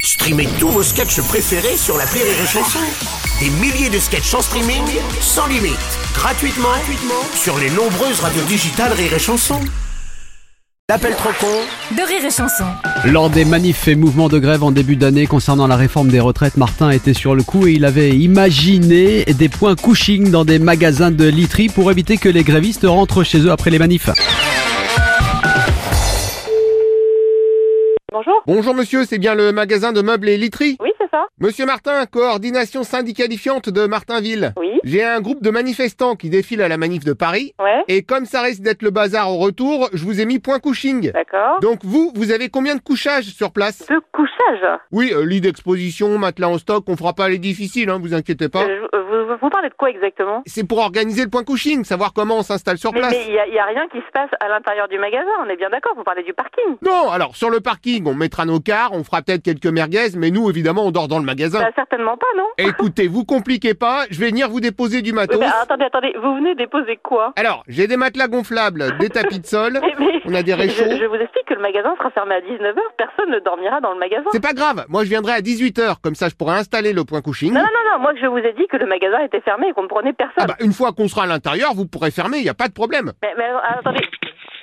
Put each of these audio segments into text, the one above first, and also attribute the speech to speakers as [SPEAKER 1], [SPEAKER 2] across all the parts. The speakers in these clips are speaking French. [SPEAKER 1] Streamez tous vos sketchs préférés sur la Rire et Chanson. Des milliers de sketchs en streaming, sans limite, gratuitement, gratuitement sur les nombreuses radios digitales Rire et Chanson. L'appel trop con
[SPEAKER 2] de rire et chanson.
[SPEAKER 3] Lors des manifs et mouvements de grève en début d'année concernant la réforme des retraites, Martin était sur le coup et il avait imaginé des points Cushing dans des magasins de literie pour éviter que les grévistes rentrent chez eux après les manifs.
[SPEAKER 4] Bonjour.
[SPEAKER 5] Bonjour monsieur, c'est bien le magasin de meubles et literie
[SPEAKER 4] Oui, c'est ça.
[SPEAKER 5] Monsieur Martin, coordination syndicalifiante de Martinville.
[SPEAKER 4] Oui.
[SPEAKER 5] J'ai un groupe de manifestants qui défilent à la manif de Paris.
[SPEAKER 4] Ouais.
[SPEAKER 5] Et comme ça risque d'être le bazar au retour, je vous ai mis point couching.
[SPEAKER 4] D'accord.
[SPEAKER 5] Donc vous, vous avez combien de couchages sur place
[SPEAKER 4] De couchage.
[SPEAKER 5] Oui, euh, lit d'exposition, matelas en stock, on fera pas les difficiles, hein, vous inquiétez pas.
[SPEAKER 4] Euh, je- euh, vous, vous parlez de quoi exactement
[SPEAKER 5] C'est pour organiser le point couching, savoir comment on s'installe sur
[SPEAKER 4] Mais
[SPEAKER 5] place.
[SPEAKER 4] mais il y a, il y a rien qui se passe à l'intérieur du magasin. On est bien d'accord. Vous parlez du parking.
[SPEAKER 5] Non, alors sur le parking, on mettra nos cars, on fera peut-être quelques merguez, mais nous évidemment on dort dans le magasin.
[SPEAKER 4] Bah, certainement pas, non
[SPEAKER 5] Écoutez, vous compliquez pas, je vais venir vous déposer du
[SPEAKER 4] Oui,
[SPEAKER 5] matos.
[SPEAKER 4] bah, Attendez, attendez. Vous venez déposer quoi
[SPEAKER 5] Alors, j'ai des matelas gonflables, des tapis de sol,
[SPEAKER 4] Mais- mais-
[SPEAKER 5] Ah, on a des réchauds.
[SPEAKER 4] Je, je vous explique que le magasin sera fermé à 19h. Personne ne dormira dans le magasin.
[SPEAKER 5] C'est pas grave, moi je viendrai à 18h, comme ça je pourrai installer le point couching.
[SPEAKER 4] Non, non, non, non. Moi, je vous ai dit que le magasin était fermé et qu'on ne prenait personne.
[SPEAKER 5] Ah bah, une fois qu'on sera à l'intérieur, vous pourrez fermer, il a pas de problème.
[SPEAKER 4] mais, mais alors, attendez.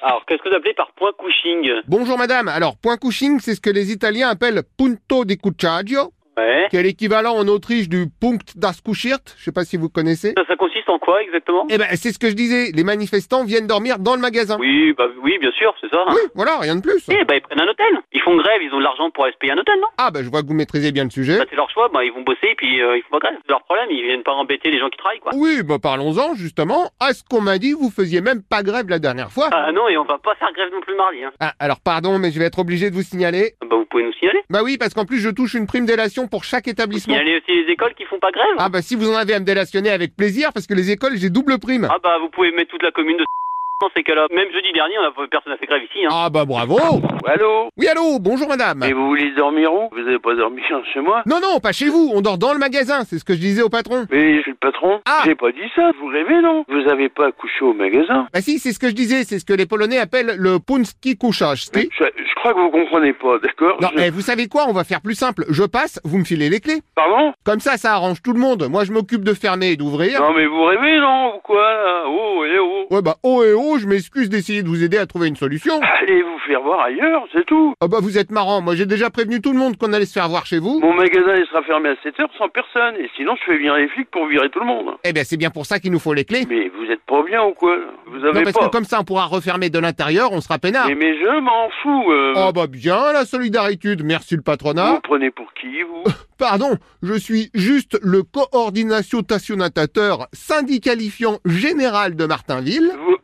[SPEAKER 6] Alors, qu'est-ce que vous appelez par point Cushing
[SPEAKER 5] Bonjour madame, alors point couching, c'est ce que les Italiens appellent punto di cucciaggio,
[SPEAKER 6] Ouais.
[SPEAKER 5] qui est l'équivalent en Autriche du punct das Kuschirt, je sais pas si vous connaissez.
[SPEAKER 6] Ça, ça consiste en quoi exactement
[SPEAKER 5] Eh ben, c'est ce que je disais, les manifestants viennent dormir dans le magasin.
[SPEAKER 6] Oui, bah oui, bien sûr, c'est ça.
[SPEAKER 5] Oui, voilà, rien de plus.
[SPEAKER 6] Eh bah ils prennent un hôtel. Ils font grève, ils ont de l'argent pour aller se payer un hôtel, non
[SPEAKER 5] Ah bah, je vois que vous maîtrisez bien le sujet.
[SPEAKER 6] Ça c'est leur choix, bah ils vont bosser et puis euh, ils font pas grève. C'est leur problème, ils viennent pas embêter les gens qui travaillent quoi.
[SPEAKER 5] Oui, bah parlons-en justement. À ce qu'on m'a dit, vous faisiez même pas grève la dernière fois.
[SPEAKER 6] Ah non, et on va pas faire grève non plus mardi. Hein.
[SPEAKER 5] Ah, alors pardon, mais je vais être obligé de vous signaler.
[SPEAKER 6] Bah vous pouvez nous signaler.
[SPEAKER 5] Bah oui, parce qu'en plus, je touche une prime délation pour chaque établissement.
[SPEAKER 6] Signaler aussi les écoles qui font pas grève.
[SPEAKER 5] Ah bah si vous en avez à me délationner avec plaisir, parce que les écoles, j'ai double prime.
[SPEAKER 6] Ah, bah vous pouvez mettre toute la commune de dans ces cas-là. Même jeudi dernier, on a, personne n'a fait grève ici. Hein.
[SPEAKER 5] Ah bah bravo
[SPEAKER 7] Allô
[SPEAKER 5] Oui, allô, bonjour madame
[SPEAKER 7] Et vous voulez dormir où Vous n'avez pas dormi chez moi
[SPEAKER 5] Non, non, pas chez vous, on dort dans le magasin, c'est ce que je disais au patron.
[SPEAKER 7] Mais je suis le patron.
[SPEAKER 5] Ah.
[SPEAKER 7] J'ai pas dit ça. Vous rêvez, non Vous n'avez pas couché au magasin.
[SPEAKER 5] Bah si, c'est ce que je disais, c'est ce que les Polonais appellent le punski kuchasz.
[SPEAKER 7] Mais Je, je crois que vous comprenez pas, d'accord
[SPEAKER 5] Non,
[SPEAKER 7] Je-
[SPEAKER 5] eh, vous savez quoi, on va faire plus simple. Je passe, vous me filez les clés.
[SPEAKER 7] Pardon
[SPEAKER 5] Comme ça, ça arrange tout le monde. Moi, je m'occupe de fermer et d'ouvrir.
[SPEAKER 7] Non, mais vous rêvez, non Ou quoi là Oh, eh oh
[SPEAKER 5] Ouais, bah, oh et oh, je m'excuse d'essayer de vous aider à trouver une solution.
[SPEAKER 7] Allez vous faire voir ailleurs, c'est tout.
[SPEAKER 5] Ah bah, vous êtes marrant. Moi, j'ai déjà prévenu tout le monde qu'on allait se faire voir chez vous.
[SPEAKER 7] Mon magasin, il sera fermé à 7 heures sans personne. Et sinon, je fais venir les flics pour virer tout le monde.
[SPEAKER 5] Eh ben, c'est bien pour ça qu'il nous faut les clés.
[SPEAKER 7] Mais vous êtes pas bien ou quoi là Vous
[SPEAKER 5] Non,
[SPEAKER 7] avez
[SPEAKER 5] parce
[SPEAKER 7] pas.
[SPEAKER 5] que comme ça, on pourra refermer de l'intérieur, on sera peinard.
[SPEAKER 7] Mais, euh, mais je m'en fous. euh.
[SPEAKER 5] Oh bah, bien la solidarité. Merci le
[SPEAKER 7] Vous
[SPEAKER 5] patronat.
[SPEAKER 7] vous prenez pour qui, vous
[SPEAKER 5] Pardon, je suis juste le coordination tationatateur syndicalifiant général de Martinville.
[SPEAKER 7] Vous-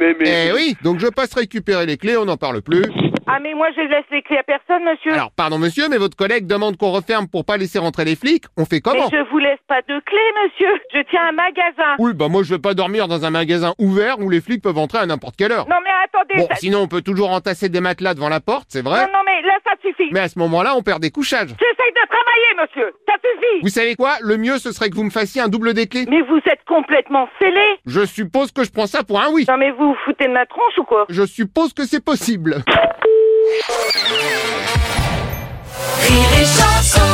[SPEAKER 7] Mais, mais, mais...
[SPEAKER 5] Eh oui, donc je passe récupérer les clés, on n'en parle plus.
[SPEAKER 8] Ah mais moi je laisse les clés à personne, monsieur.
[SPEAKER 5] Alors, pardon monsieur, mais votre collègue demande qu'on referme pour pas laisser rentrer les flics. On fait
[SPEAKER 8] mais
[SPEAKER 5] comment
[SPEAKER 8] je vous laisse pas de clés, monsieur. Je tiens un magasin.
[SPEAKER 5] Oui, bah moi je vais pas dormir dans un magasin ouvert où les flics peuvent entrer à n'importe quelle heure.
[SPEAKER 8] Non mais attendez.
[SPEAKER 5] Bon,
[SPEAKER 8] ça-
[SPEAKER 5] sinon on peut toujours entasser des matelas devant la porte, c'est vrai.
[SPEAKER 8] Non non mais là ça suffit.
[SPEAKER 5] Mais à ce moment-là, on perd des couchages.
[SPEAKER 8] J'essaye de travailler, monsieur. Ça suffit.
[SPEAKER 5] Vous savez quoi Le mieux, ce serait que vous me fassiez un double des clés.
[SPEAKER 8] Mais vous êtes complètement scellé.
[SPEAKER 5] Je suppose que je prends ça pour un oui.
[SPEAKER 8] Non mais vous vous foutez de ma tronche ou quoi
[SPEAKER 5] Je suppose que c'est possible.
[SPEAKER 2] Rire et chanson.